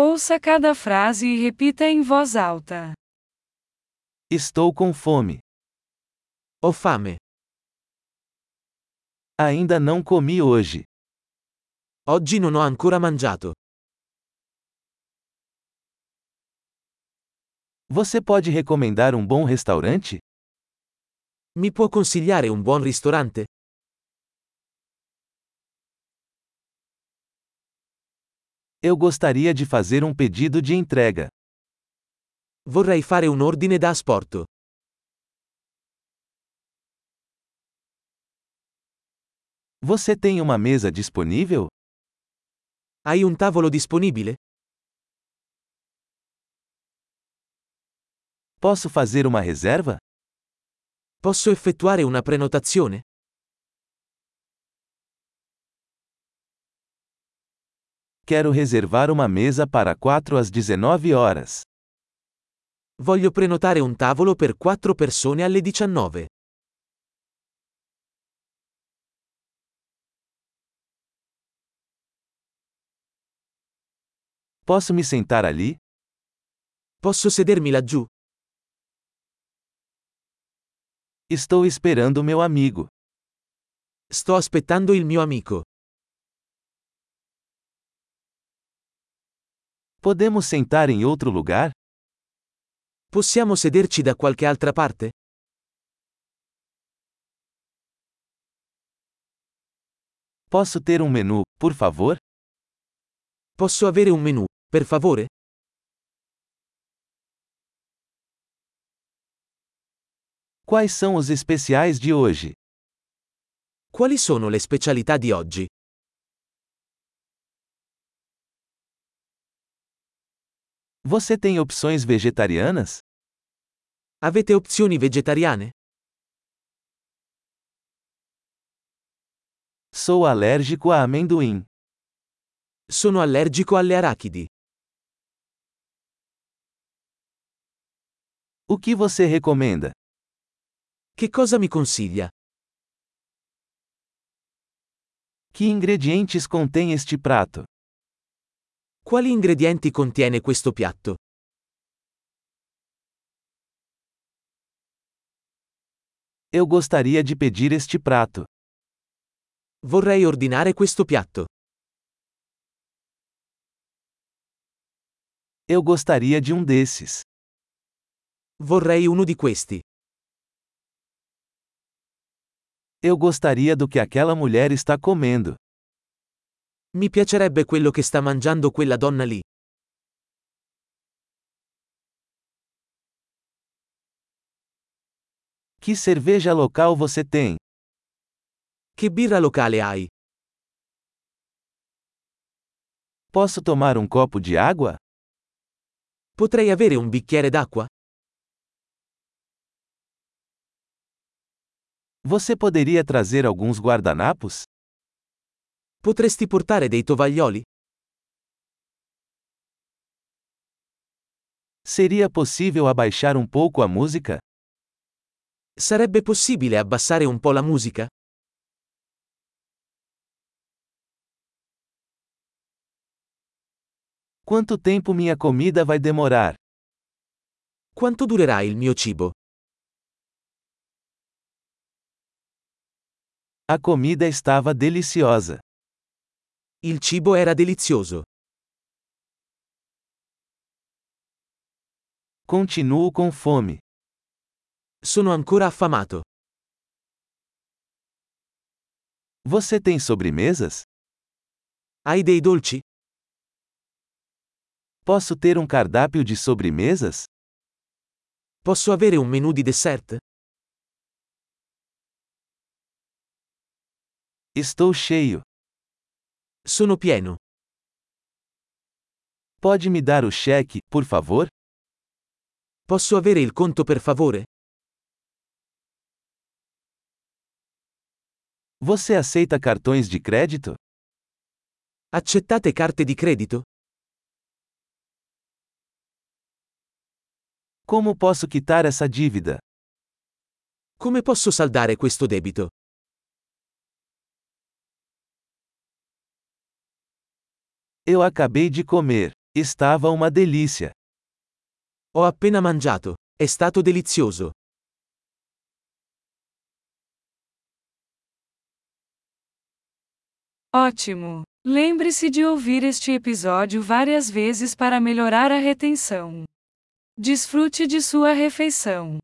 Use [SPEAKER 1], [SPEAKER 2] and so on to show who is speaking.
[SPEAKER 1] Ouça cada frase e repita em voz alta.
[SPEAKER 2] Estou com fome.
[SPEAKER 3] Ho fame.
[SPEAKER 2] Ainda não comi hoje.
[SPEAKER 3] Oggi non ho ancora mangiato.
[SPEAKER 2] Você pode recomendar um bom restaurante?
[SPEAKER 3] Mi può consigliare un buon ristorante?
[SPEAKER 2] Eu gostaria de fazer um pedido de entrega.
[SPEAKER 3] Vorrei fare un ordine da asporto.
[SPEAKER 2] Você tem uma mesa disponível?
[SPEAKER 3] Hai un tavolo disponibile?
[SPEAKER 2] Posso fazer uma reserva?
[SPEAKER 3] Posso effettuare una prenotazione?
[SPEAKER 2] Quero reservar uma mesa para 4 às 19 horas.
[SPEAKER 3] Voglio prenotare un tavolo per 4 persone alle 19.
[SPEAKER 2] Posso me sentar ali?
[SPEAKER 3] Posso sedermi laggiù?
[SPEAKER 2] Estou esperando meu amigo.
[SPEAKER 3] Sto aspettando il mio amico.
[SPEAKER 2] Podemos sentar em outro lugar?
[SPEAKER 3] Possiamo sederci da qualche altra parte?
[SPEAKER 2] Posso ter um menu, por favor?
[SPEAKER 3] Posso avere un menù, per favore?
[SPEAKER 2] Quais são os especiais de hoje?
[SPEAKER 3] Quali sono le specialità di oggi?
[SPEAKER 2] Você tem opções vegetarianas?
[SPEAKER 3] Avete opzioni vegetariane?
[SPEAKER 2] Sou alérgico a amendoim.
[SPEAKER 3] Sono allergico alle arachidi.
[SPEAKER 2] O que você recomenda?
[SPEAKER 3] Che cosa mi consiglia?
[SPEAKER 2] Que ingredientes contém este prato?
[SPEAKER 3] Quali ingredienti contiene questo piatto?
[SPEAKER 2] Eu gostaria de pedir este prato.
[SPEAKER 3] Vorrei ordinare questo piatto.
[SPEAKER 2] Eu gostaria de um desses.
[SPEAKER 3] Vorrei uno di questi.
[SPEAKER 2] Eu gostaria do que aquela mulher está comendo.
[SPEAKER 3] Mi piacerebbe quello che sta mangiando quella donna lì.
[SPEAKER 2] Que cerveja local você tem?
[SPEAKER 3] Che birra locale hai?
[SPEAKER 2] Posso tomar um copo de água?
[SPEAKER 3] Potrei avere un bicchiere d'acqua?
[SPEAKER 2] Você poderia trazer alguns guardanapos?
[SPEAKER 3] Potresti portare dei tovaglioli?
[SPEAKER 2] Seria possível abaixar um pouco a música?
[SPEAKER 3] Sarebbe possibile abbassare un po' la musica?
[SPEAKER 2] Quanto tempo minha comida vai demorar?
[SPEAKER 3] Quanto durerà il mio cibo?
[SPEAKER 2] A comida estava deliciosa.
[SPEAKER 3] Il cibo era delizioso.
[SPEAKER 2] Continuo com fome.
[SPEAKER 3] Sono ancora affamato.
[SPEAKER 2] Você tem sobremesas?
[SPEAKER 3] Hai dei dolci?
[SPEAKER 2] Posso ter um cardápio de sobremesas?
[SPEAKER 3] Posso avere un menù di dessert?
[SPEAKER 2] Estou cheio.
[SPEAKER 3] Sono pieno.
[SPEAKER 2] Pode me dar o cheque, por favor?
[SPEAKER 3] Posso avere il conto per favore?
[SPEAKER 2] Você aceita cartões de crédito?
[SPEAKER 3] Accettate carte di credito?
[SPEAKER 2] Como posso quitar essa dívida?
[SPEAKER 3] Come posso saldare questo debito?
[SPEAKER 2] Eu acabei de comer. Estava uma delícia.
[SPEAKER 3] Ho appena mangiato. È stato delizioso.
[SPEAKER 1] Ótimo! Lembre-se de ouvir este episódio várias vezes para melhorar a retenção. Desfrute de sua refeição.